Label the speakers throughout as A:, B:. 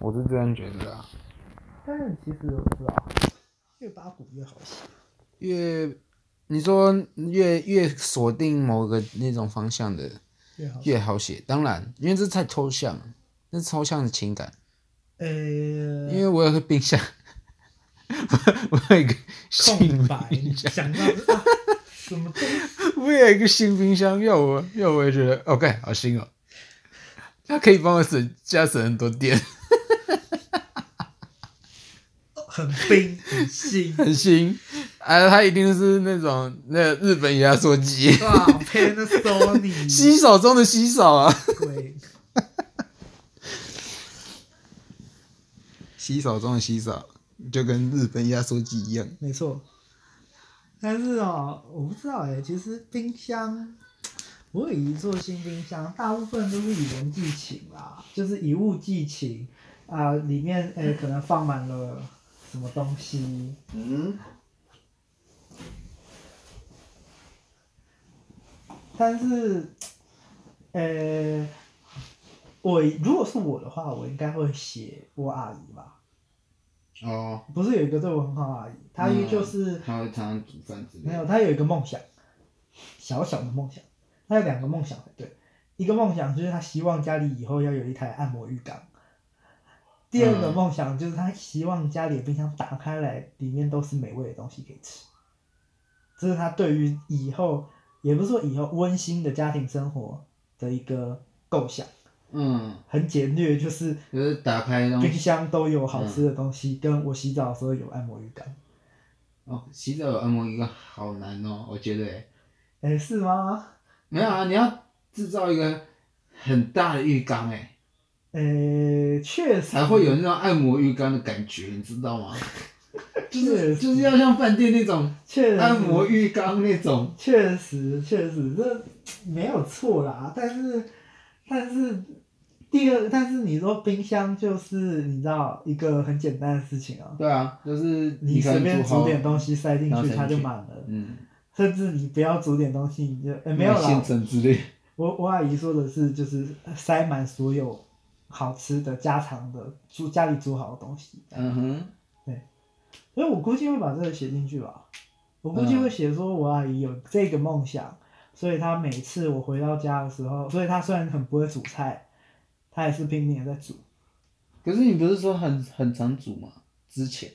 A: 我是这样觉得啊。
B: 但是其实我不知道，越八股越好写。
A: 越你说越越锁定某个那种方向的
B: 越好。
A: 越好写，当然，因为这太抽象，那是抽象的情感。
B: 呃，
A: 因为我有个冰箱， 我我有一个新
B: 空白，你
A: 冰箱，
B: 想到是啊，什么东西？
A: 我有一个新冰箱，要我要我也觉得 OK 好新哦，它可以帮我省加省很多电，
B: 很冰，很新，
A: 很新。啊，它一定是那种那日本压缩 机，
B: 哇，Panasonic，
A: 洗手中的洗手啊，
B: 鬼，
A: 洗手中的洗手，就跟日本压缩机一样。
B: 没错。但是哦，我不知道哎，其实冰箱，我有一座新冰箱，大部分都是以文寄情啦，就是以物寄情啊、里面哎可能放满了什么东西，
A: 嗯，
B: 但是，呃，我如果是我的话，我应该会写我阿姨吧。
A: 哦，
B: 不是有一个对我很好的阿姨，她
A: 嗯
B: 就是、
A: 他会常常煮饭之
B: 没有，她有一个梦想，小小的梦想，她有两个梦想才对，一个梦想就是她希望家里以后要有一台按摩浴缸，第二个
A: 嗯
B: 梦想就是她希望家里的冰箱打开来里面都是美味的东西可以吃，这是她对于以后也不是说以后温馨的家庭生活的一个构想，
A: 嗯，
B: 很简略，就是
A: 就是打开东
B: 冰箱都有好吃的东西，跟我洗澡的时候有按摩浴缸。
A: 哦，洗澡有按摩一个好难哦，我觉得欸
B: 哎、是吗？
A: 没有啊，你要制造一个很大的浴缸哎，
B: 呃、确实
A: 才会有那种按摩浴缸的感觉，你知 道吗？就是
B: 确实
A: 就是要像饭店那种
B: 确实
A: 按摩浴缸那种，
B: 确实确实这没有错啦，但是但是第二，但是你说冰箱就是你知道一个很简单的事情啊，
A: 对啊，就是
B: 你
A: 可
B: 随
A: 能
B: 便
A: 煮
B: 煮
A: 好
B: 点东西塞进
A: 然后
B: 去
A: 塞进
B: 它就
A: 去
B: 满了，
A: 嗯，
B: 甚至你不要煮点东西你就、哎没有啦
A: 现，成之类，
B: 我我阿姨说的是，就是塞满所有好吃的、家常的、煮家里煮好的东西。
A: 嗯哼，
B: 所以我估计会把这个写进去吧。我估计
A: 嗯
B: 会写说，我阿姨有这个梦想，所以她每次我回到家的时候，所以她虽然很不会煮菜，她也是拼命的在煮。
A: 可是你不是说很很常煮吗？之前，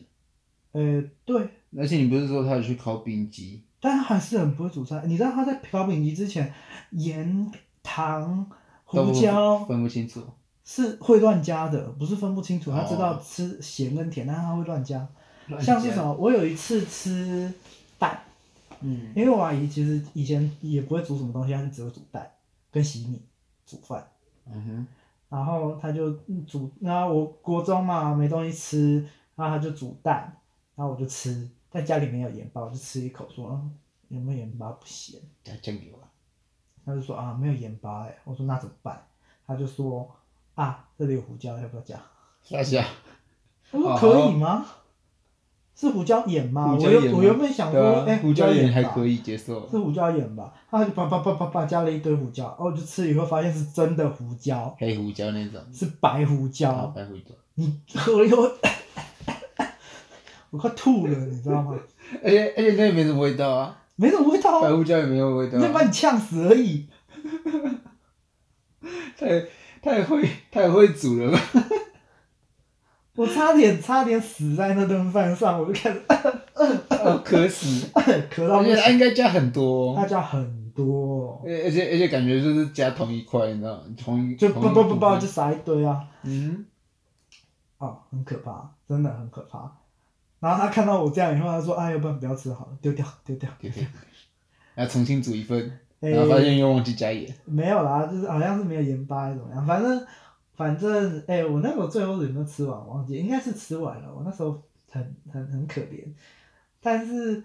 B: 呃，对，
A: 而且你不是说他有去烤冰机，
B: 但她还是很不会煮菜。你知道她在调饼机之前，盐、糖、
A: 都
B: 胡椒
A: 分不清楚，
B: 是会乱加的，不是分不清楚。她知道
A: 哦
B: 吃咸跟甜，但她会乱加。像是什么？我有一次吃蛋，
A: 嗯，
B: 因为我阿姨其实以前也不会煮什么东西，她就只会煮蛋跟洗米煮饭。
A: 嗯哼，
B: 然后她就嗯煮，那我国中嘛没东西吃，然后她就煮蛋，然后我就吃，但家里没有盐巴，我就吃一口说，嗯，有没有盐巴不咸？
A: 加酱油啊，
B: 她就说啊没有盐巴哎、我说那怎么办？她就说啊这里有胡椒要不要加？
A: 大虾，
B: 我说
A: 哦
B: 可以吗？是胡椒盐吗？
A: 胡椒
B: 我
A: 盐
B: 原
A: 吗
B: 我原本想
A: 对
B: 说，
A: 啊
B: 哎、，
A: 胡椒盐还
B: 吧
A: 可以接受，
B: 是胡椒盐吧？他就叭叭叭叭叭加了一堆胡椒，然后我就吃以后发现是真的胡椒，
A: 黑胡椒那种，
B: 是啊白胡
A: 然后
B: 椒。
A: 白胡椒，
B: 你喝了以后， 我快吐了，你知道吗？
A: 而且而且那也没什么味道啊，
B: 没什么味道
A: 白
B: 啊，
A: 胡椒也没有味道、
B: 那把
A: 啊，
B: 你呛死而已。
A: 太太会太会煮了吧？
B: 我差点差点死在那顿饭上，我就开始
A: 哦，渴死！
B: 咳到
A: 而
B: 不
A: 且它
B: 行。
A: 应该加很多、
B: 他
A: 哦，
B: 加很多
A: 而，且而且而且感觉就是加同一块，你知道吗？同一
B: 就
A: 同
B: 叭
A: 一
B: 叭叭
A: 部
B: 叭
A: 分
B: 就撒一堆啊。
A: 嗯，
B: 哦，很可怕，真的很可怕。然后他看到我这样以后，他说：“哎，要不然不要吃好了，丢掉，丢掉。
A: 对对对， 然后重新煮一份，
B: 哎
A: 然后发现又忘记加盐，
B: 没有啦，就是好像是没有盐巴还是怎么样，反正反正哎、我那时候最后有没有吃完我忘记，应该是吃完了。我那时候很很很可怜，但是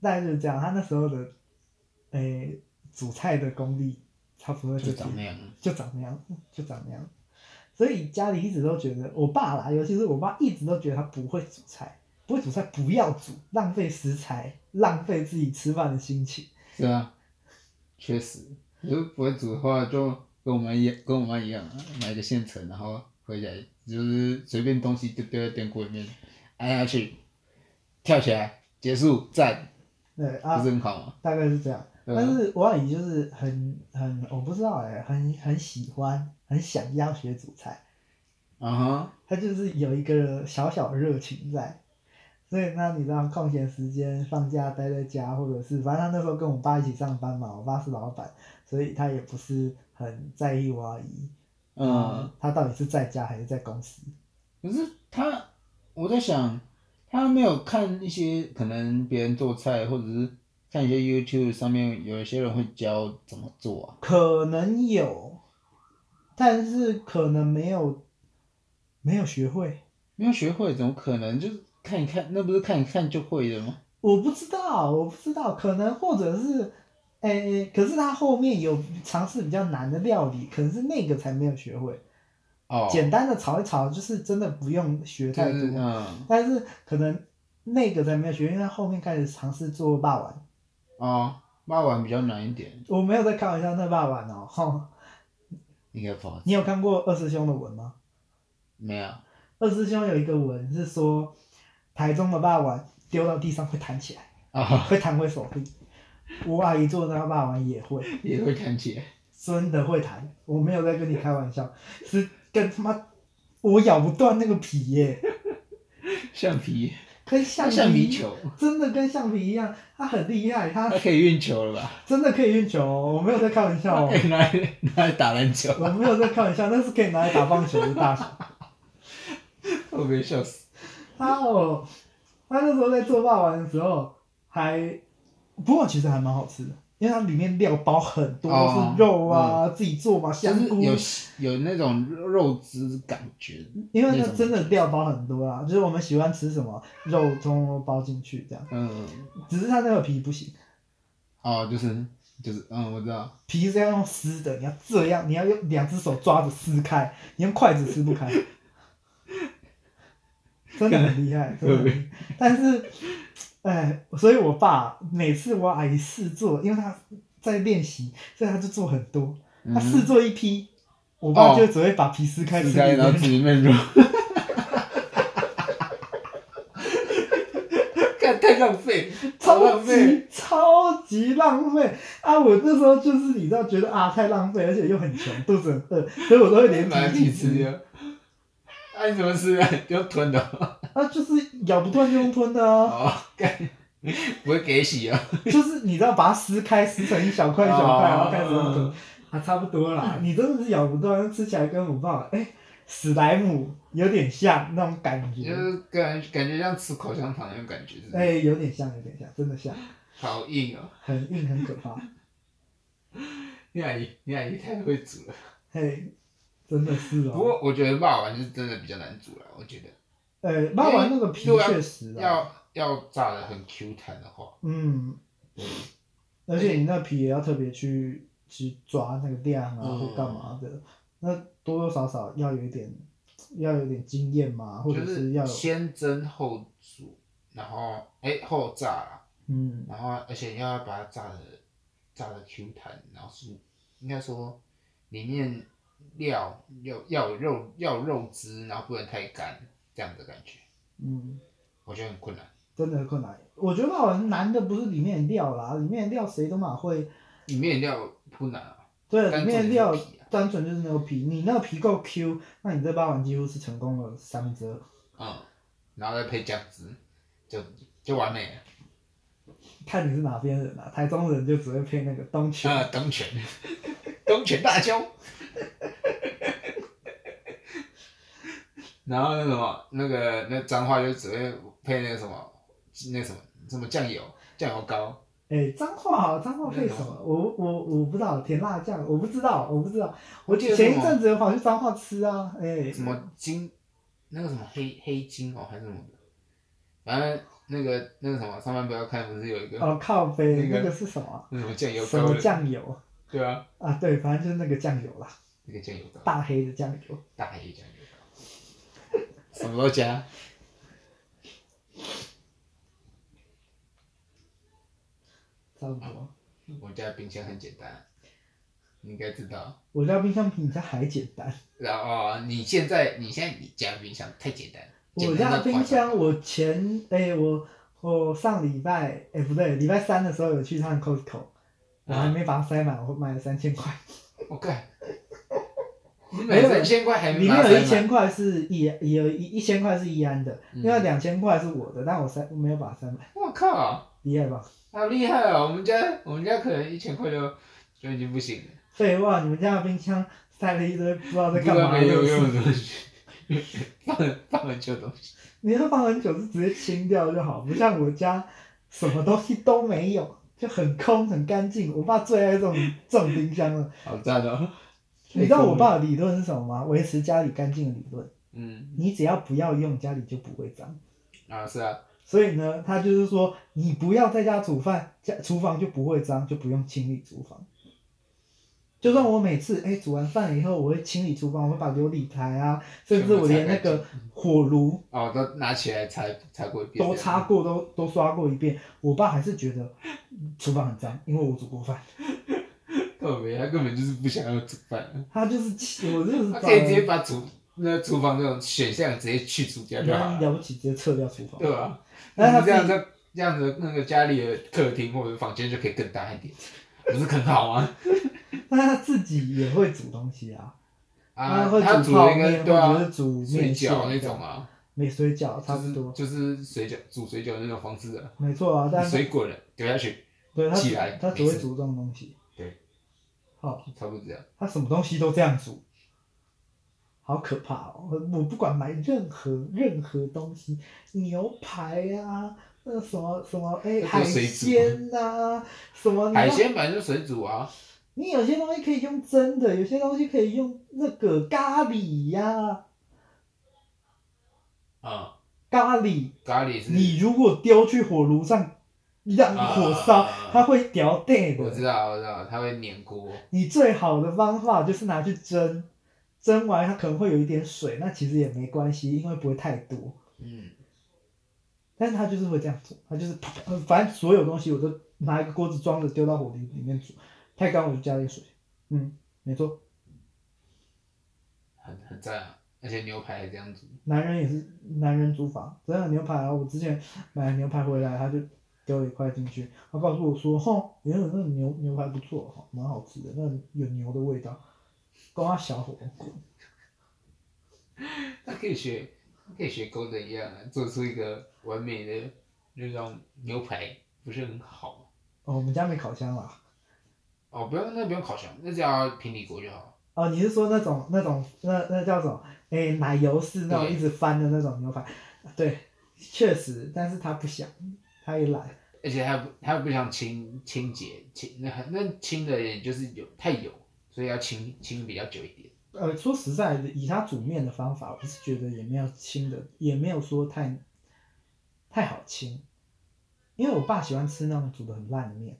B: 但是这样，他那时候的哎、煮菜的功力差不多
A: 就
B: 就
A: 长那
B: 样，
A: 样。
B: 就长那样，就长那样。所以家里一直都觉得我爸啦，尤其是我爸一直都觉得他不会煮菜，不会煮菜不要煮，浪费食材，浪费自己吃饭的心情。
A: 是啊，确实，如果不会煮的话，就跟我们一跟我们一样，买个现成，然后回来就是随便东西就丢在电锅里面，按下去，跳起来，结束，赞，
B: 对
A: 不
B: 啊
A: 是，很好吗？
B: 大概是这样。
A: 对啊
B: 但
A: 吧？
B: 是我阿姨就是很很，我不知道哎、很很喜欢，很想要学煮菜，
A: 啊哈，
B: 她就是有一个小小的热情在。所以那你知道，空闲时间、放假待在家，或者是反正她那时候跟我爸一起上班嘛，我爸是老板，所以他也不是很在意我阿姨，
A: 嗯，，
B: 他到底是在家还是在公司？
A: 可是他，我在想，他没有看一些可能别人做菜，或者是看一些 YouTube 上面有一些人会教怎么做啊？
B: 可能有，但是可能没有，没有学会，
A: 没有学会怎么可能？就是看一看，那不是看一看就会的吗？
B: 我不知道，我不知道，可能或者是，哎、可是他后面有尝试比较难的料理，可能是那个才没有学会，
A: 哦，
B: 简单的炒一炒，就是真的不用学
A: 就
B: 太
A: 是
B: 多，
A: 嗯，
B: 但是可能那个才没有学，因为他后面开始尝试做霸王。
A: 哦，八碗比较难一点，
B: 我没有在开玩笑，那霸王哦，吼，
A: 应该不好吃。
B: 你有看过二师兄的文吗？
A: 没有？
B: 二师兄有一个文是说，台中的霸王丢到地上会弹起来，
A: 啊，
B: 会弹回手臂。我阿姨做的那个霸王也会，
A: 也会看起来。
B: 真的会弹，我没有在跟你开玩笑， 是跟他妈我咬不断那个皮耶、
A: 橡皮，
B: 跟橡
A: 像
B: 皮
A: 橡皮，球，
B: 真的跟橡皮一样，它很厉害，它
A: 它可以运球了吧？
B: 真的可以运球、哦，我没有在开玩笑、
A: 它
B: 哦
A: 可，以拿来拿来打篮球，
B: 我没有在开玩笑，那是可以拿来打棒球的大小。
A: 我被笑死。
B: 他哦，他那时候在做霸王的时候还，不过其实还蛮好吃的，因为它里面料包很多，
A: 哦
B: 是肉啊，自己做嘛，
A: 就
B: 香
A: 是
B: 菇，
A: 有有那种肉汁感觉，
B: 因为
A: 那
B: 那
A: 种
B: 真的料包很多啊，就是我们喜欢吃什么肉通通包进去这样，
A: 嗯，
B: 只是它那个皮不行，
A: 哦，就是就是，嗯，我知道，
B: 皮是要用撕的，你要这样，你要用两只手抓着撕开，你用筷子撕不开，真的很厉害，真的很 厉害。但是，哎，所以我爸每次我阿姨试做，因为他在练习，所以他就做很多。他试做一批，我爸就只会把皮撕开
A: 嗯哦撕
B: 吃
A: 开然后
B: 里
A: 吃
B: 面
A: 里 面肉，看太浪费，好
B: 超
A: 浪费，
B: 级超级浪费啊！我那时候就是你知道，觉得啊太浪费，而且又很穷，肚子很饿，所以我都 会连
A: 买
B: 皮
A: 皮
B: 一起
A: 吃
B: 吃。
A: 掉。那、你怎么吃啊？就吞的哦，
B: 啊，就是咬不断就用吞的 啊，
A: 哦，干不会给洗啊？
B: 就是你知道把它撕开，撕成一小块一小块，然后开始用吞
A: 哦。
B: 啊，差不多啦。你真的是咬不断，吃起来跟我爸哎、史莱姆有点像那种感
A: 就
B: 觉，
A: 是感感觉像吃口香糖那种感觉，是不
B: 哎、
A: 是
B: 有点像，有点像，真的像，
A: 好硬哦！
B: 很硬，很可怕。
A: 你阿姨，你阿姨太会煮了。
B: 嘿，真的是
A: 不
B: 哦。
A: 过我觉得霸王是真的比较难煮了，我觉得
B: 呃，骂完那个皮确实啊，
A: 要要炸的很 Q 弹的话，
B: 嗯，而且你那皮也要特别去去抓那个量啊，
A: 嗯
B: 或干嘛的，那多多少少要有一点，要有点经验嘛，或
A: 就
B: 者是要有，
A: 先蒸后煮，然后哎后炸啦，
B: 嗯
A: 然后而且要把它炸的炸的 Q 弹，然后是应该说里面料要要有肉要有肉汁，然后不能太干，这样的感觉，
B: 嗯。
A: 我觉得很困难。
B: 真的很困难。我觉得好像难的不是里面的料啦，里面的料谁都蛮会。
A: 里面料不难啊，
B: 对，
A: 单纯
B: 里面的料
A: 就是皮啊
B: 单纯就是那个皮，你那个皮够 Q，那你这八碗几乎是成功了三分之二。
A: 嗯，然后再配酱汁，就就完美了。
B: 看你是哪边人啊，台中人就只会配那个东泉，
A: 啊，东 泉，东泉大椒。然后那什么，那个那脏话就只会配那个什么，那什么什么酱油，酱油膏，
B: 哎、彰化好，彰化配什么？
A: 嗯
B: 我我我不知道，甜辣酱，我不知道，我不知道。我
A: 记得
B: 前
A: 什
B: 一
A: 么
B: 阵子有跑去彰化吃啊，哎、
A: 什么金，那个什么黑黑金哦，还是什么的，反正那个那个什么，上班不要看，不是有一个、
B: 哦靠背
A: 那个
B: 那个是什么？啊
A: 那什么酱油
B: 什
A: 膏
B: 么
A: 的，
B: 酱油
A: 对啊，
B: 啊？对，反正就是那个酱油啦，
A: 那个酱油膏，
B: 大黑的酱油。
A: 大黑酱油膏，什么都加，
B: 差不多。
A: 我们家冰箱很简单，你应该知道。
B: 我家冰箱比你家还简单。
A: 然后、哦、你现在你现在你家冰箱太简单了，
B: 我
A: 简单
B: 家
A: 到
B: 冰
A: 夸张
B: 箱，我前哎、我我上礼拜哎、不对，礼拜三的时候有去趟 Costco，我还没把它塞满，我买了三千块，
A: 我看，你买
B: 没有
A: 三千块还
B: 里
A: 拿
B: 面
A: 三
B: 有一
A: 买
B: 千块是易有一一千块是易安的，
A: 嗯
B: 另外两千块是我的，但我塞我没有把它塞满，
A: 我靠，
B: 厉害吧？
A: 好厉害哦！我们家我们家可能一千块就就已经不行了，
B: 废话，你们家的冰箱塞了一堆不知道在
A: 不知
B: 干
A: 道
B: 嘛的
A: 没有
B: 东
A: 用的
B: 西，
A: 东西，放了放很久的东西。
B: 你要放很久就直接清掉就好，不像我家什么东西都没有，就很空很干净。我爸最爱这种这种冰箱了。
A: 好赞哦！
B: 你知道我爸的理论是什么吗？维持家里干净的理论。
A: 嗯
B: 你只要不要用，家里就不会脏。
A: 啊是啊，
B: 所以呢，他就是说，你不要在家煮饭，家厨房就不会脏，就不用清理厨房。就算我每次哎、煮完饭以后，我会清理厨房，我会把琉璃台啊，甚至我连那个火炉
A: 哦都拿起来擦擦过一遍，
B: 都擦过，都
A: 嗯
B: 都刷过一遍，我爸还是觉得厨房很脏，因为我煮过饭。
A: 特别，他根本就是不想要煮饭，
B: 他就是气我就是
A: 他
B: 把
A: 可以直接把厨那厨房这种选项直接去除掉就好
B: 人
A: 了，
B: 了不起，直接撤掉厨房。
A: 对吧？
B: 但是他
A: 这样
B: 自己
A: 子这样子那个家里的客厅或者房间就可以更大一点，不是更好吗？
B: 但他自己也会煮东西啊，
A: 啊，
B: 会
A: 他
B: 煮
A: 煮
B: 泡
A: 了一个
B: 面，
A: 对
B: 或者
A: 啊
B: 是，煮
A: 水
B: 面
A: 饺
B: 线
A: 那种，啊，
B: 没水饺差
A: 就
B: 不多
A: 是，就是水饺煮水饺那种方式的，
B: 没错啊。但
A: 水滚了丢下去，
B: 对他
A: 起
B: 只
A: 来
B: 他只
A: 没
B: 会
A: 事
B: 煮这种东西。
A: 对，
B: 好，
A: 差不多这样。
B: 他什么东西都这样煮，好可怕哦！我不管买任何任何东西，牛排啊，那什么什么哎、
A: 都
B: 海
A: 水煮
B: 鲜呐、啊，什么你
A: 海
B: 要
A: 鲜本来就水煮啊，
B: 你有些东西可以用蒸的，有些东西可以用那个咖喱呀、
A: 啊，
B: 咖喱。
A: 咖喱是，
B: 你如果丢去火炉上让火烧，
A: 啊
B: 它会掉蛋
A: 我知
B: 的。
A: 道我知道，它会粘锅，
B: 你最好的方法就是拿去蒸，蒸完它可能会有一点水，那其实也没关系，因为不会太多。
A: 嗯，
B: 但是它就是会这样做，它就是啪啪呃反正所有东西我都拿一个锅子装着丢到火炉里面煮，太干我就加点水。嗯，没错，
A: 很很赞啊，而且牛排还这样煮，
B: 男人也是男人煮法，真的牛排啊！我之前买了牛排回来，他就丢了一块进去，他告诉我说：“吼，也有那个牛牛排不错，吼蛮好吃的，那有牛的味道。”跟他小火锅，
A: 那可以学，可以学 Golden 一样啊，做出一个完美的那种牛排，不是很好吗？
B: 哦，我们家没烤箱啦。
A: 哦，不用，那不用烤箱，那只要平底锅就好。
B: 哦，你是说那种那种那那叫什么？诶，奶油式那种
A: 对
B: 一直翻的那种牛排，对，确实，但是他不想，他也懒，
A: 而且它不它不想清清洁，清那很那清的也就是有太油，所以要清清比较久一点。
B: 呃，说实在的，以他煮面的方法，我是觉得也没有清的，也没有说太太好清，因为我爸喜欢吃那种煮的很烂的面，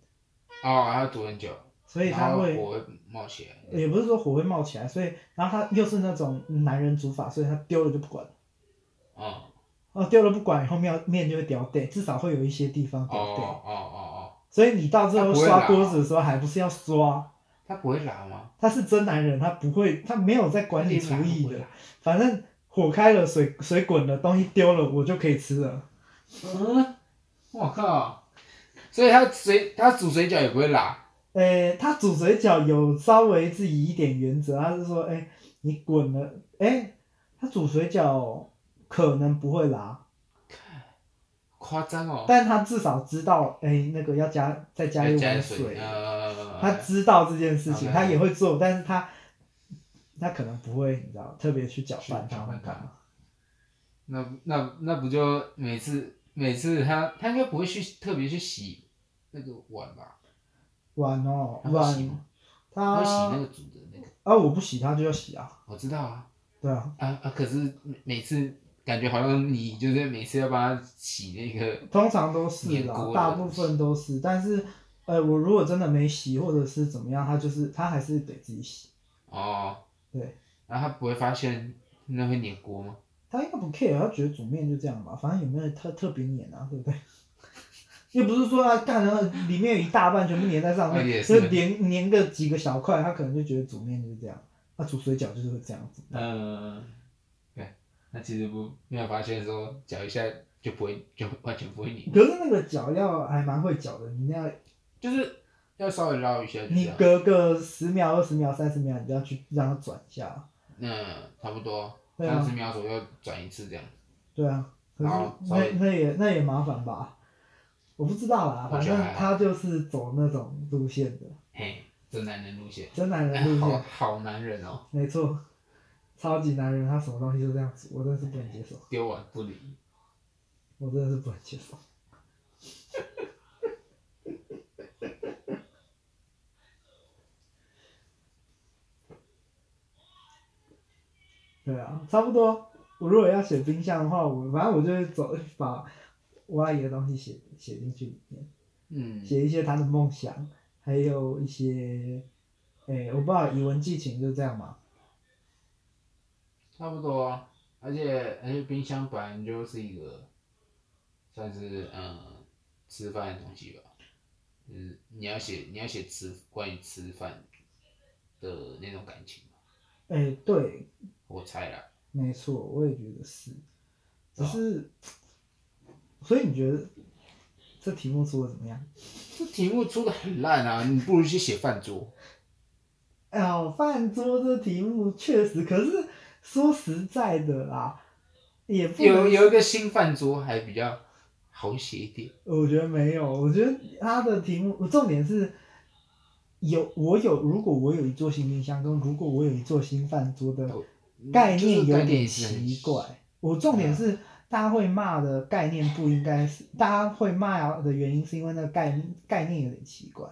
A: 哦，还要煮很久，
B: 所以
A: 然
B: 他
A: 后
B: 会
A: 火会冒起来。
B: 也不是说火会冒起来，所以然后他又是那种男人煮法，所以他丢了就不管，
A: 哦
B: 哦，丢了不管，以后面面就会掉掉，至少会有一些地方
A: 哦
B: 掉掉。
A: 哦哦哦，
B: 所以你到最后
A: 他不会
B: 刷
A: 老
B: 锅子的时候，还不是要刷？
A: 它不会辣吗？
B: 他是真男人，他不会，他没有在管理厨艺
A: 不会
B: 的
A: 辣。
B: 反正火开了，水水滚了，东西丢了，我就可以吃了。
A: 嗯，我靠！所以它水它煮水饺也不会辣。
B: 诶、他煮水饺有稍微质疑一点原则，他是说，诶、你滚了，诶、他煮水饺可能不会拉，
A: 哦夸张哦！
B: 但他至少知道，诶、那个要加再加一
A: 要
B: 碗
A: 水，
B: 水，
A: 呃，
B: 他知道这件事情，
A: OK
B: 他也会做，但是他他可能不会，你知道，特别去搅拌
A: 去
B: 它
A: 搅拌它
B: 干嘛。
A: 那那那不就每次每次他他应该不会去特别去洗那个碗吧？
B: 碗哦，
A: 他会洗
B: 碗
A: 吗，
B: 他
A: 他会洗那个煮的那个，
B: 啊，我不洗他就要洗啊，
A: 我知道啊
B: 对啊，
A: 啊啊！可是每每次感觉好像你就是每次要帮他洗那个，
B: 通常都是
A: 粘锅
B: 啦，
A: 的
B: 大部分都是，但是呃，我如果真的没洗或者是怎么样，他就是他还是得自己洗，
A: 哦，
B: 对，
A: 然后他不会发现那会粘锅吗？
B: 他应该不 care，他觉得煮面就这样吧，反正有没有特特别黏啊，对不对？ 又不是说它干了里面有一大半全部粘在上
A: 啊也
B: 面，
A: 是
B: 就粘粘个几个小块，他可能就觉得煮面就是这样，他煮水饺就是会这样子。呃
A: 嗯，对，那其实不没有发现说搅一下就不会，就完全不会粘，
B: 可是那个搅要还蛮会搅的，你那样
A: 就是要稍微捞一下就这
B: 你
A: 样。
B: 隔个十秒、二十秒、三十秒，你就要去让它转一下。
A: 嗯，差不多
B: 对
A: 三
B: 啊
A: 十秒左右转一次这样。
B: 对啊，可是
A: 好稍
B: 那
A: 微
B: 那也那也麻烦吧？我不知道啦，
A: 我
B: 反
A: 觉得
B: 正
A: 还好
B: 他就是走那种路线的，
A: 嘿，真男人路线，
B: 真男人路
A: 好
B: 线，
A: 好男人哦，
B: 没错，超级男人，他什么东西都这样子，我真的是不能接受，
A: 丢碗不理。
B: 我真的是不能接受。 对啊，差不多。我如果要写冰箱的话，我反正我就会走把我阿姨的东西写写进去里面。
A: 嗯，
B: 写一些他的梦想，还有一些，诶、我不知道以文寄情就是这样嘛。
A: 差不多啊。而且而且冰箱本来就是一个，算是嗯吃饭的东西吧。嗯，你要写你要写吃关于吃饭的那种感情嘛，
B: 诶、对，
A: 我猜啦。
B: 没错，我也觉得是，只
A: 哦
B: 是，所以你觉得这题目出的怎么样？
A: 这题目出的很烂啊，你不如去写饭桌。
B: 哎呀，饭桌这题目确实，可是说实在的啦，也不
A: 有
B: 能，
A: 有一个新饭桌还比较好写一点。
B: 我觉得没有，我觉得他的题目重点是。有我有，如果我有一座新冰箱，跟如果我有一座新饭桌的嗯概念有点奇怪。嗯我重点是，大家会骂的概念不应该是，大家会骂的原因是因为那个概概念有点奇怪，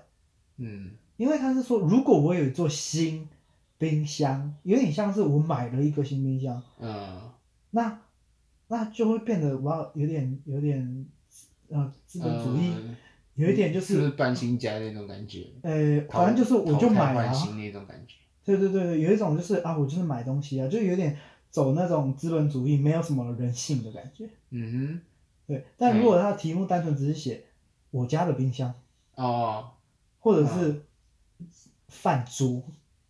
A: 嗯，
B: 因为他是说，如果我有一座新冰箱，有点像是我买了一个新冰箱，
A: 嗯
B: 那那就会变得我要有点有点呃资本主义，
A: 嗯
B: 有一点就是
A: 不是
B: 是
A: 搬新家那种感觉？
B: 呃，反正就是我就
A: 淘汰
B: 买了、
A: 换
B: 啊，
A: 新那种感觉。
B: 对对对，对有一种就是啊，我就是买东西啊，就是有点走那种资本主义，没有什么人性的感觉。
A: 嗯
B: 对，但如果它的题目单纯只是写我家的冰箱，
A: 哼，哦，
B: 或者是饭桌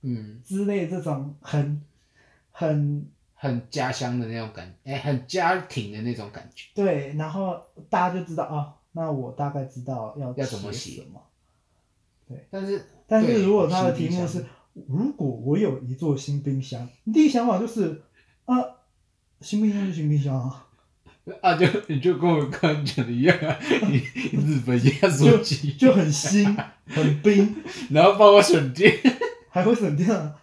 A: 嗯，
B: 之类这种很很
A: 很家乡的那种感哎、很家庭的那种感觉。
B: 对，然后大家就知道啊，那我大概知道要
A: 要怎么
B: 写
A: 写
B: 什么。
A: 但是，
B: 但是
A: 对
B: 如果它的题目
A: 新
B: 是
A: 冰箱
B: 如果我有一座新冰箱，你第一想法就是啊，新冰箱就新冰箱啊，
A: 啊，就你就跟我刚刚讲的一样啊，你日本压缩机，
B: 就很新很冰，
A: 然后帮我省电。
B: 还会省电啊？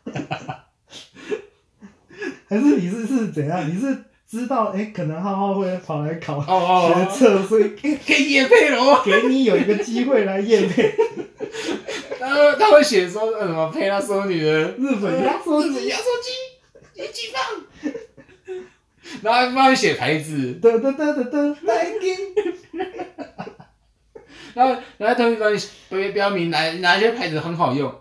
B: 还是你是是怎样？你是知道哎、诶可能浩浩会跑来考
A: 哦哦
B: 学
A: 哦，
B: 测，所以给
A: 给野配哦龙，
B: 给你有一个机会来验配
A: 他他会写说呃什么配他收女的
B: 日本压缩
A: 日本
B: 机。
A: 压缩机，一起放。 然后还帮你写牌子，
B: 噔噔噔噔噔，来给
A: 然后然后他会帮你标标明哪哪些牌子很好用，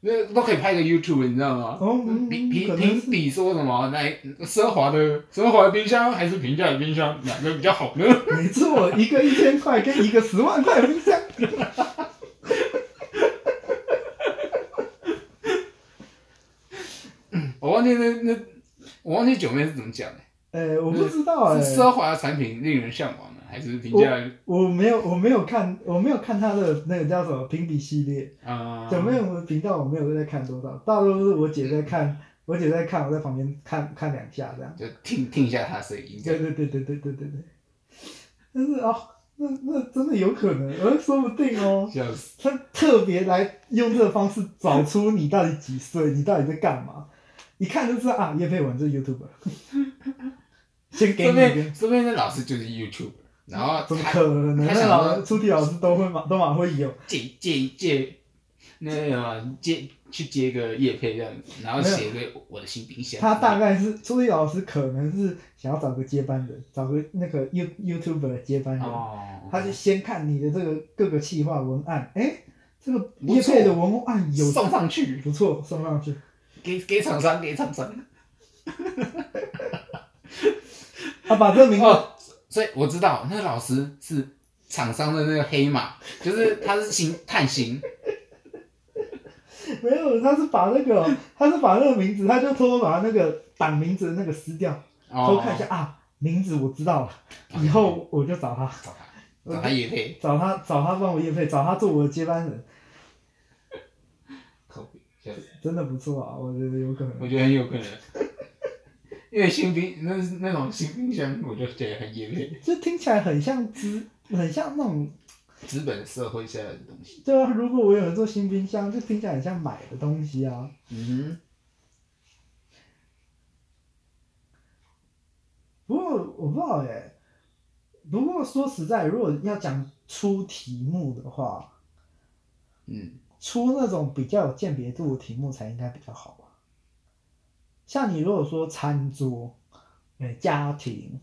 A: 那都可以拍个 YouTube，你知道吗？
B: 哦，嗯
A: 评评
B: 可能
A: 评
B: 是
A: 比说什么？来奢华的奢华的冰箱还是平价的冰箱，哪个比较好呢？
B: 没错，一个一千块跟一个十万块冰箱。
A: 我忘记那那我忘记九妹是怎么讲的、
B: 呃，我不知道哎、
A: 是奢华的产品令人向往呢，还是平价的？
B: 我没有我没有看我没有看他的那个叫什么评比系列，
A: 啊，
B: 九妹，我们频道我没有在看多少，大多都是我姐在看，我姐在看，我在旁边看看两下这样。
A: 就听听一下她声音，
B: 对对对对对对对对。但是哦，那那真的有可能，而说不定哦，
A: 笑死。
B: 他特别来用这个方式找出你到底几岁，你到底在干嘛，一看就知道啊，叶佩文这 YouTuber。先给
A: 说
B: 你
A: 不
B: 一个
A: 定，说不定那老师就是 YouTube，然后
B: 怎么
A: 他
B: 可能？
A: 他
B: 那
A: 想
B: 老
A: 说
B: 出题老师都会嘛，都蛮会有。
A: 借借借那个什么借去接个叶配这样子，然后
B: 没有
A: 写个我的新冰箱。
B: 他大概是初一老师可能是想要找个接班人，找个那个 You YouTuber 的接班人，
A: 哦，
B: 他就先看你的这个各个企划文案，哎、这个
A: 不
B: 业
A: 错
B: 配的文案有
A: 送上去，
B: 不错，送上去
A: 给给厂商，给厂商。
B: 啊，把这个名字、嗯
A: 哦哦，所以我知道那个老师是厂商的那个黑马，就是它是行碳行，
B: 没有，他是把那个，他是把那个名字，他就偷偷把那个党名字的那个撕掉，偷
A: 哦，
B: 看一下啊，名字我知道了，以后我就找他，
A: 找他，找他也配，
B: 找他找他帮我验配，找他做我的接班人，
A: 靠北笑死
B: 真的不错啊，我觉得有可能。
A: 我觉得很有可能，因为新冰那那种新冰箱，我就觉得很也配，
B: 就听起来很像资，很像那种，
A: 资本社会下的东西。
B: 对啊，如果我有人做新冰箱，就听起来很像买的东西啊。
A: 嗯
B: 不过我不知道哎、不过说实在，如果要讲出题目的话，
A: 哼，嗯，
B: 出那种比较有鉴别度的题目才应该比较好吧。像你如果说餐桌，哎、家庭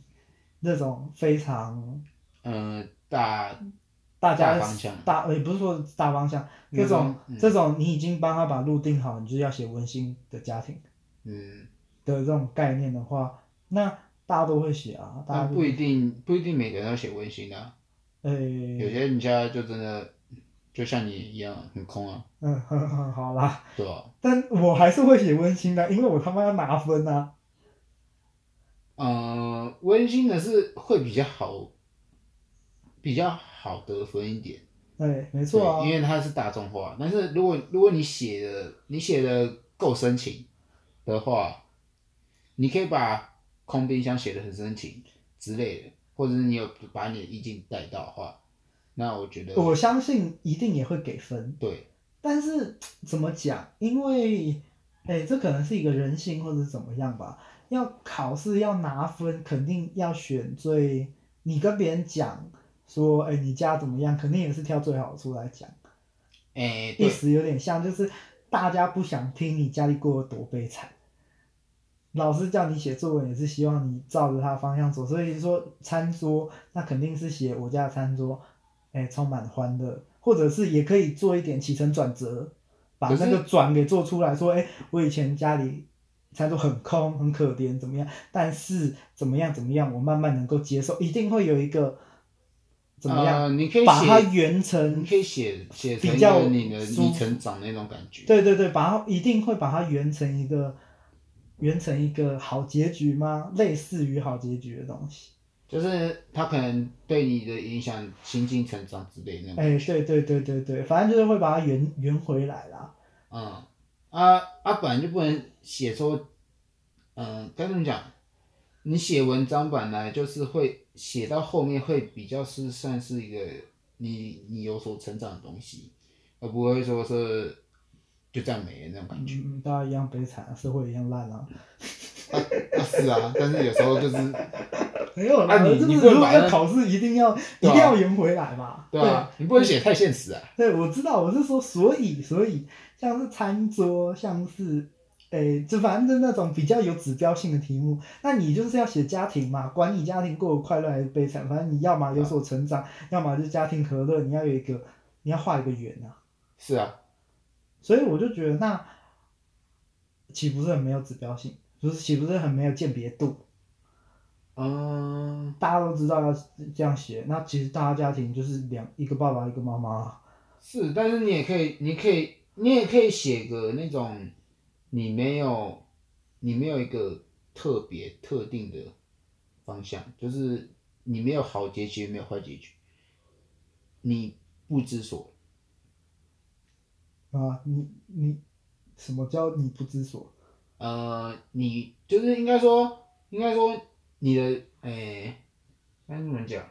B: 那种非常
A: 呃，大
B: 大家
A: 大方向
B: 大也、不是说大方向，这种、
A: 嗯
B: 这种你已经帮他把路定好，你就是要写温馨的家庭
A: 嗯，
B: 的这种概念的话，那大家都会写啊，大家
A: 但嗯
B: 都
A: 不一定不一定每个人都要写温馨的啊、
B: 呃、
A: 有些人家就真的就像你一样很空啊，
B: 嗯，呵呵好啦，
A: 对吧、
B: 但我还是会写温馨的，因为我他妈要拿分啊。
A: 呃，温馨的是会比较好，比较好得分一点。
B: 对，没错啊
A: 对，因为它是大众化。但是如果如果你写的你写的够深情的话，你可以把空冰箱写的很深情之类的，或者是你有把你的意境带到的话，那我觉得
B: 我相信一定也会给分。
A: 对，
B: 但是怎么讲？因为，哎，这可能是一个人性或者怎么样吧。要考试要拿分，肯定要选最。你跟别人讲说，哎，你家怎么样？肯定也是挑最好的出来讲，
A: 哎、
B: 意
A: 对，
B: 思有点像，就是大家不想听你家里过得多悲惨。老师叫你写作文，也是希望你照着他的方向走。所以说餐桌，那肯定是写我家的餐桌，哎，充满欢乐，或者是也可以做一点起承转折，把
A: 可是
B: 那个转给做出来，说，哎，我以前家里餐桌很空，很可怜，怎么样？但是怎么样怎么样，我慢慢能够接受，一定会有一个怎么样，
A: 呃你可以
B: 把它
A: 写
B: 圆成
A: 你可以写写成
B: 比
A: 一
B: 较
A: 个你的
B: 舒
A: 你
B: 服
A: 成长那种感觉。
B: 对对对，把它一定会把它圆成一个，圆成一个好结局吗？类似于好结局的东西。
A: 就是他可能对你的影响、心境成长之类的那种。
B: 哎，对对对对对，反正就是会把它圆圆回来啦。
A: 嗯，啊啊，本来就不能写说，嗯，该怎么讲？你写文章本来就是会写到后面会比较是算是一个你你有所成长的东西，而不会说是就这样没了那种感 觉。
B: 嗯，大家一样悲惨，社会一样 烂啊。
A: 啊是啊，但是有时候就是
B: 没有啦，
A: 啊你
B: 这不
A: 你
B: 是
A: 不能
B: 说
A: 把
B: 要
A: 那
B: 考试一定要、一
A: 对啊
B: 定要圆回来嘛？
A: 对啊，你不能写太现实啊。
B: 对，我知道，我是说，所以，所以，像是餐桌，像是，诶，就反正就那种比较有指标性的题目，那你就是要写家庭嘛，管你家庭过得快乐还是悲惨，反正你要么有所成长，要么就家庭和乐，你要有一个，你要画一个圆啊。
A: 是啊，
B: 所以我就觉得那，岂不是很没有指标性？不是，岂不是很没有鉴别度？
A: 嗯，
B: 大家都知道要这样写，那其实大家家庭就是两一个爸爸一个妈妈啊。
A: 是，但是你也可以，你可以，你也可以写个那种你没有，你没有一个特别特定的方向，就是你没有好结局，没有坏结局，你不知所
B: 啊，你你什么叫你不知所？
A: 呃，你就是应该说，应该说你的诶、该怎么讲？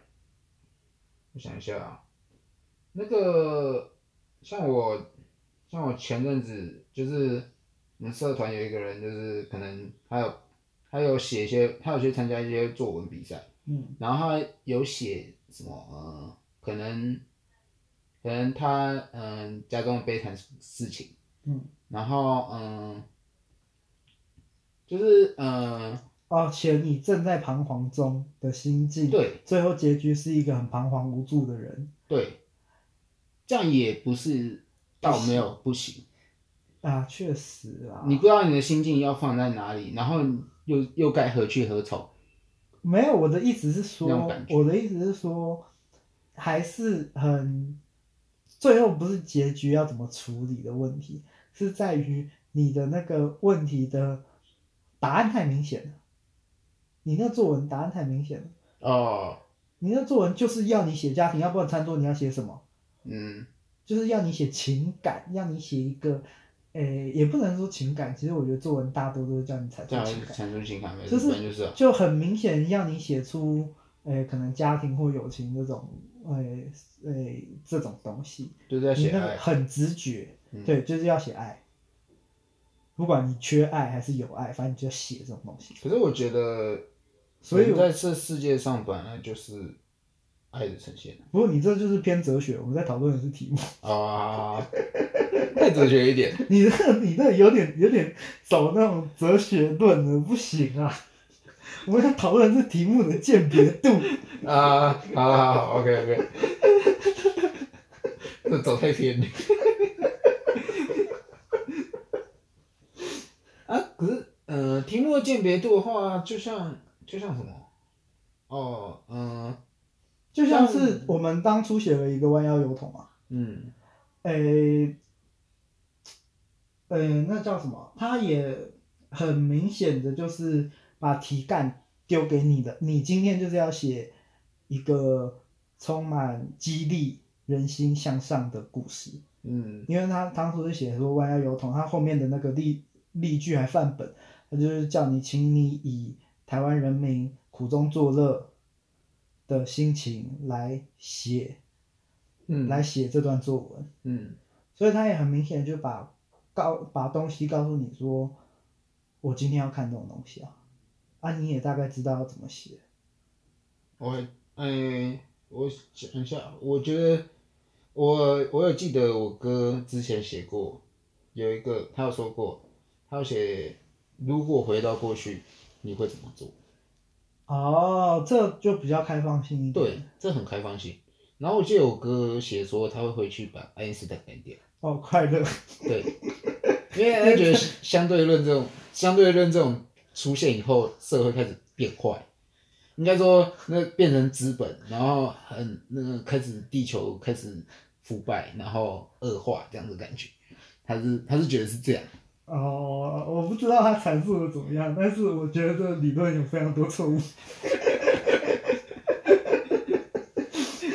A: 我想一下啊，那个像我，像我前阵子就是我们社团有一个人，就是可能他有他有写一些，他有去参加一些作文比赛，
B: 嗯
A: 然后他有写什么呃，可能可能他嗯、家中的悲惨事情。
B: 嗯，
A: 然后嗯，就是嗯，
B: 而且哦你正在彷徨中的心境，，
A: 对
B: 最后结局是一个很彷徨无助的人
A: 对，这样也不是到没有不行，
B: 啊，确实啊，
A: 你不知道你的心境要放在哪里，然后又又该何去何从，
B: 没有我的意思是说
A: 那种感，觉
B: 我的意思是说，还是很，最后不是结局要怎么处理的问题，是在于你的那个问题的答案太明显了，你那作文答案太明显了，
A: 哦，
B: 你那作文就是要你写家庭，要不然餐桌你要写什么？
A: 嗯，
B: 就是要你写情感，要你写一个，诶，也不能说情感，其实我觉得作文大多都是叫你产
A: 这
B: 生
A: 样
B: 情感，
A: 产生啊情感没事，
B: 就是
A: 本来就是啊，
B: 就很明显要你写出，诶，可能家庭或友情这种，诶诶这种东西，
A: 就是在
B: 你
A: 写
B: 那个
A: 爱，
B: 很直觉，
A: 嗯
B: 对，就是要写爱，不管你缺爱还是有爱，反正你就要写这种东西。
A: 可是我觉得，
B: 所以
A: 人
B: 我
A: 在这世界上本来就是爱的呈 现
B: 不过你这就是偏哲学，我们在讨论的是题目，
A: 啊，太哲学一点。
B: 你这个你这有点有点走那种哲学论的，不行啊。 我们要讨论的是题目的鉴别度，
A: 啊，好好好，OK OK，这走太偏了。啊，可是，呃，题目的鉴别度的话，就像就像什么？哦，嗯
B: 就像是我们当初写了一个弯腰油桶嘛，
A: 嗯
B: 诶，呃，那叫什么？他也很明显的就是把题干丢给你的，你今天就是要写一个充满激励人心向上的故事，
A: 嗯
B: 因为他当初是写说弯腰油桶，他后面的那个例例句还范本，他就是叫你，请你以台湾人民苦中作乐的心情来写，
A: 嗯，
B: 来写这段作文。
A: 嗯
B: 所以他也很明显就把告把东西告诉你说，我今天要看这种东西啊，啊你也大概知道要怎么写，
A: 我哎、我想一下，我觉得我我有记得我哥之前写过，有一个他有说过，他有写如果回到过去，你会怎么做？
B: 哦，这就比较开放性一点，
A: 对，，这很开放性。然后我记得我哥写说他会回去把爱因斯坦干掉，
B: 哦快乐，
A: 对， 因为他觉得相对论这种相对论这种出现以后，社会开始变坏，应该说那变成资本，然后很那个开始地球开始腐败，然后恶化这样的感觉，他是他是觉得是这样，
B: 哦我不知道他阐述的怎么样，但是我觉得这理论有非常多错误，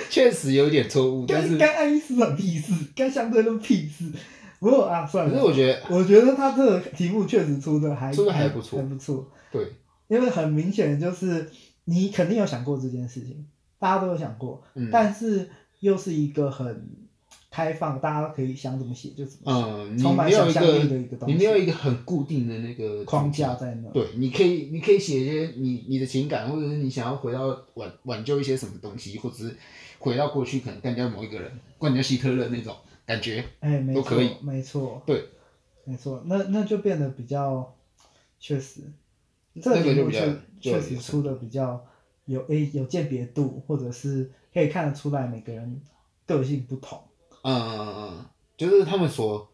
A: 确实有点错误，但是
B: 干干爱因斯坦屁事，干相对论屁事，不过啊算
A: 可是
B: 了，
A: 我觉得
B: 我觉得他这个题目确实出的还
A: 出得还不错
B: 还不错。
A: 对，
B: 因为很明显就是你肯定有想过这件事情，大家都有想过，
A: 嗯
B: 但是又是一个很开放，大家可以想怎么写就怎么写，
A: 嗯，你
B: 充
A: 没
B: 满
A: 有
B: 想
A: 一
B: 象力的一
A: 个
B: 个东
A: 你
B: 西，
A: 没有一个很固定的那个
B: 框
A: 主题
B: 架在那。，
A: 对，你可以，你可以写一些你你的情感，或者是你想要回到挽挽救一些什么东西，或者是回到过去，可能干掉某一个人，干掉希特勒那种感觉。
B: 哎，没
A: 都
B: 错
A: 可以，
B: 没错，
A: 对，
B: 没错，那那就变得比较确实，这
A: 那个
B: 题
A: 就
B: 目
A: 比较
B: 确
A: 就
B: 确
A: 有
B: 实
A: 深
B: 出的比较有诶、有鉴别度，或者是可以看得出来每个人个性不同，
A: 嗯嗯嗯嗯，就是他们所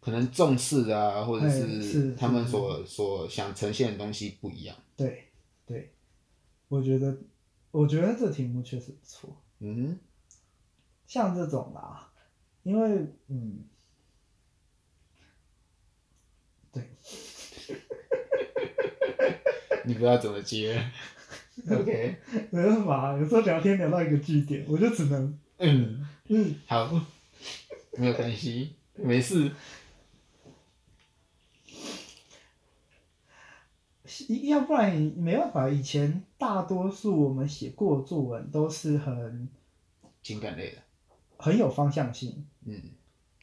A: 可能重视的啊，或者
B: 哎是
A: 他们
B: 是
A: 所所想呈现的东西不一样。
B: 对对，我觉得我觉得这题目确实不错。
A: 嗯
B: 像这种啦，因为嗯， 对，
A: 哼，你不知道怎么接。OK，
B: 没办法，有时候聊天聊到一个据点，我就只能
A: 嗯，
B: 嗯，
A: 好，没有关系，没事。
B: 要不然你没办法。以前大多数我们写过的作文都是很
A: 情感类的，
B: 很有方向性，
A: 嗯，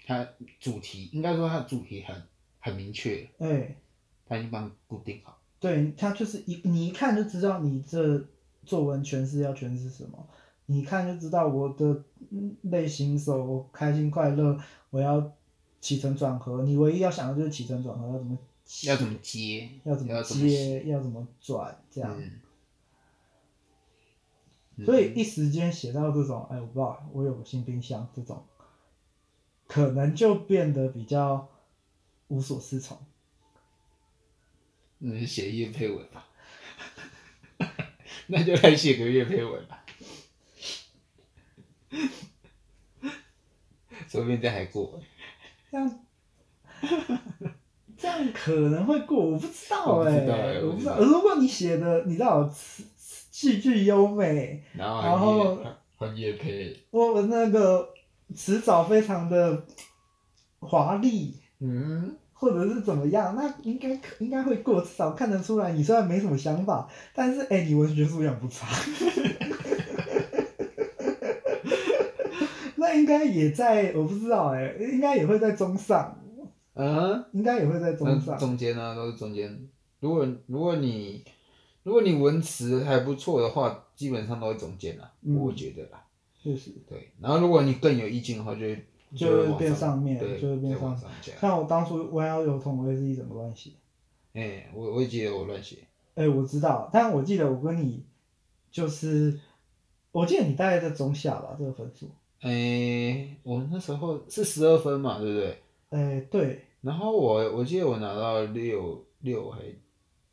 A: 它主题应该说它的主题很很明确。
B: 哎、
A: 他已经帮你固定好。
B: 对，它就是一你一看就知道你这作文诠释要诠释什么，你一看就知道我的嗯类型是我开心快乐，我要起承转合，你唯一要想的就是起承转合要怎么写
A: 要怎么接？
B: 要怎么
A: 要怎么
B: 接，要怎么转这样。
A: 嗯。
B: 所以一时间写到这种，哎，我不知道，我有个新冰箱这种，可能就变得比较无所适从。
A: 嗯，你写叶佩文吧， 那就来写个叶佩文吧。 说不定这样还过。
B: 这样这样可能会过，我不知道
A: 我不
B: 哎、
A: 知道欸
B: 我
A: 我不
B: 不知
A: 知
B: 道。
A: 道
B: 如果你写的你知道词词句句优美，
A: 然后
B: 然后
A: 还换叶配，
B: 我那个词藻非常的华丽，
A: 嗯，
B: 或者是怎么样，那应该可应该会过，至少看得出来你虽然没什么想法，但是哎、你文学素养不差。 那应该也在，我不知道哎、应该也会在中上，
A: 嗯，
B: 应该也会在中
A: 那
B: 上。
A: 嗯中间呢、都是中间。如果如果你如果你文词还不错的话，基本上都会中间啦，啊
B: 嗯
A: 我觉得啦。
B: 确实，
A: 对，然后如果你更有意境的话，就会
B: 就
A: 会
B: 会
A: 往
B: 变上
A: 上
B: 面
A: 对，
B: 就会变
A: 再往
B: 上
A: 上加。
B: 像我当初弯腰油桶，我也是一整个乱写。
A: 哎、我我也记得我乱写，
B: 哎、我知道，但我记得我跟你就是，我记得你大概在中下吧，这个分数。
A: 哎、我那时候是十二分嘛，对不对？
B: 哎、对，
A: 然后我我记得我拿到六六还
B: 五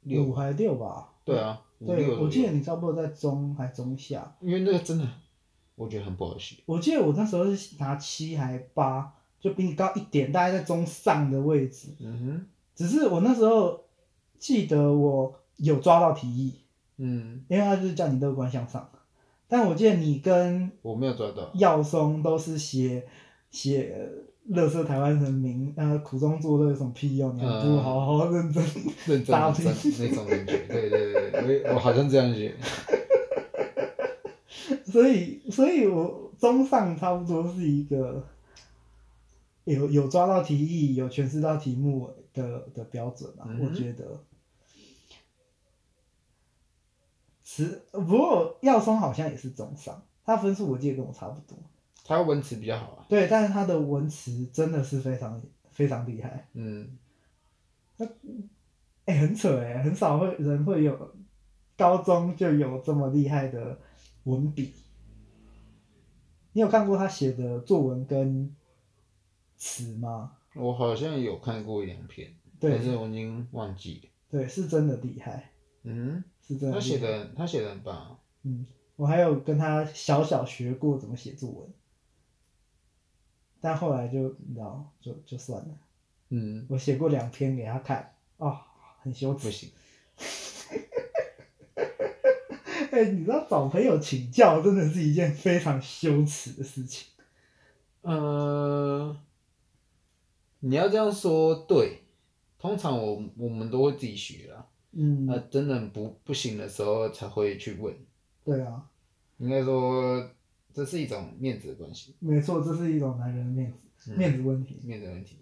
A: 六，
B: 还六吧。
A: 对啊，五
B: 对，
A: 六
B: 我
A: 左
B: 记得
A: 右。
B: 你差不多在中还中下。
A: 因为那个真的，我觉得很不好写。
B: 我记得我那时候是拿七还八，就比你高一点，大概在中上的位置。
A: 嗯哼，
B: 只是我那时候记得我有抓到题意，
A: 嗯，
B: 因为他就是叫你乐观向上。但我记得你跟
A: 我没有抓 到。
B: 耀松都是写写呃乐色台湾人民，呃，苦中作乐有什么屁用？你还不
A: 嗯
B: 如好好认真。
A: 认真
B: 搭
A: 认真那种感觉，对对对，我也我好像这样写，
B: 所以，所以我综上差不多是一个有有抓到题意，有诠释到题目的的标准啊，
A: 嗯哼
B: 我觉得。词不过耀松好像也是中上，他分数我记得跟我差不多。
A: 他文词比较好啊，
B: 对，但是他的文词真的是非常非常厉害。
A: 嗯，
B: 哎、很扯哎、很少会人会有高中就有这么厉害的文笔。你有看过他写的作文跟词吗？
A: 我好像有看过一两篇，但是
B: 对
A: 我已经忘记了，
B: 对，是真的厉害，
A: 嗯，
B: 是真的
A: 他
B: 厉
A: 写
B: 害。
A: 的他写的很棒啊，
B: 我还有跟他小小学过怎么写作文，但后来就你知道，就就算了。
A: 嗯，
B: 我写过两篇给他看，哦，很羞
A: 不
B: 耻。
A: 行，
B: 哎、你知道找朋友请教真的是一件非常羞耻的事情。
A: 呃，你要这样说对，通常我我们都会自己学啦，
B: 嗯，
A: 那真的不不行的时候才会去问，
B: 对啊，
A: 应该说这是一种面子的关系，
B: 没错，这是一种男人的面子，
A: 嗯
B: 面子问题。
A: 面子的问题，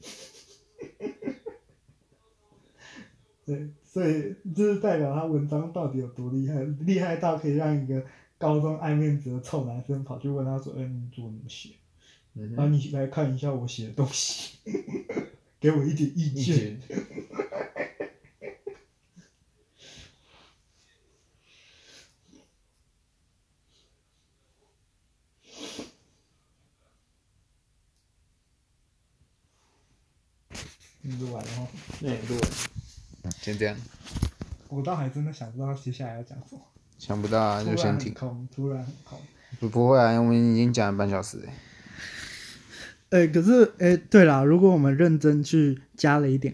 B: 对，所以这是代表他文章到底有多厉害，厉害到可以让一个高中爱面子的臭男生跑去问他说：“哎、你作文怎么写？
A: 嗯
B: 然后
A: 哼，
B: 你来看一下我写的东西，给我一点意
A: 意
B: 见。
A: 见，
B: 你就完了哦。
A: 那你录了，先这样。
B: 我倒还真的想不到接下来要讲什么，
A: 想不到啊，
B: 突
A: 就
B: 然
A: 先
B: 很
A: 停。
B: 空，突然很空。
A: 不不会啊，我们已经讲了半小时了。
B: 哎、可是哎、对啦，如果我们认真去加了一点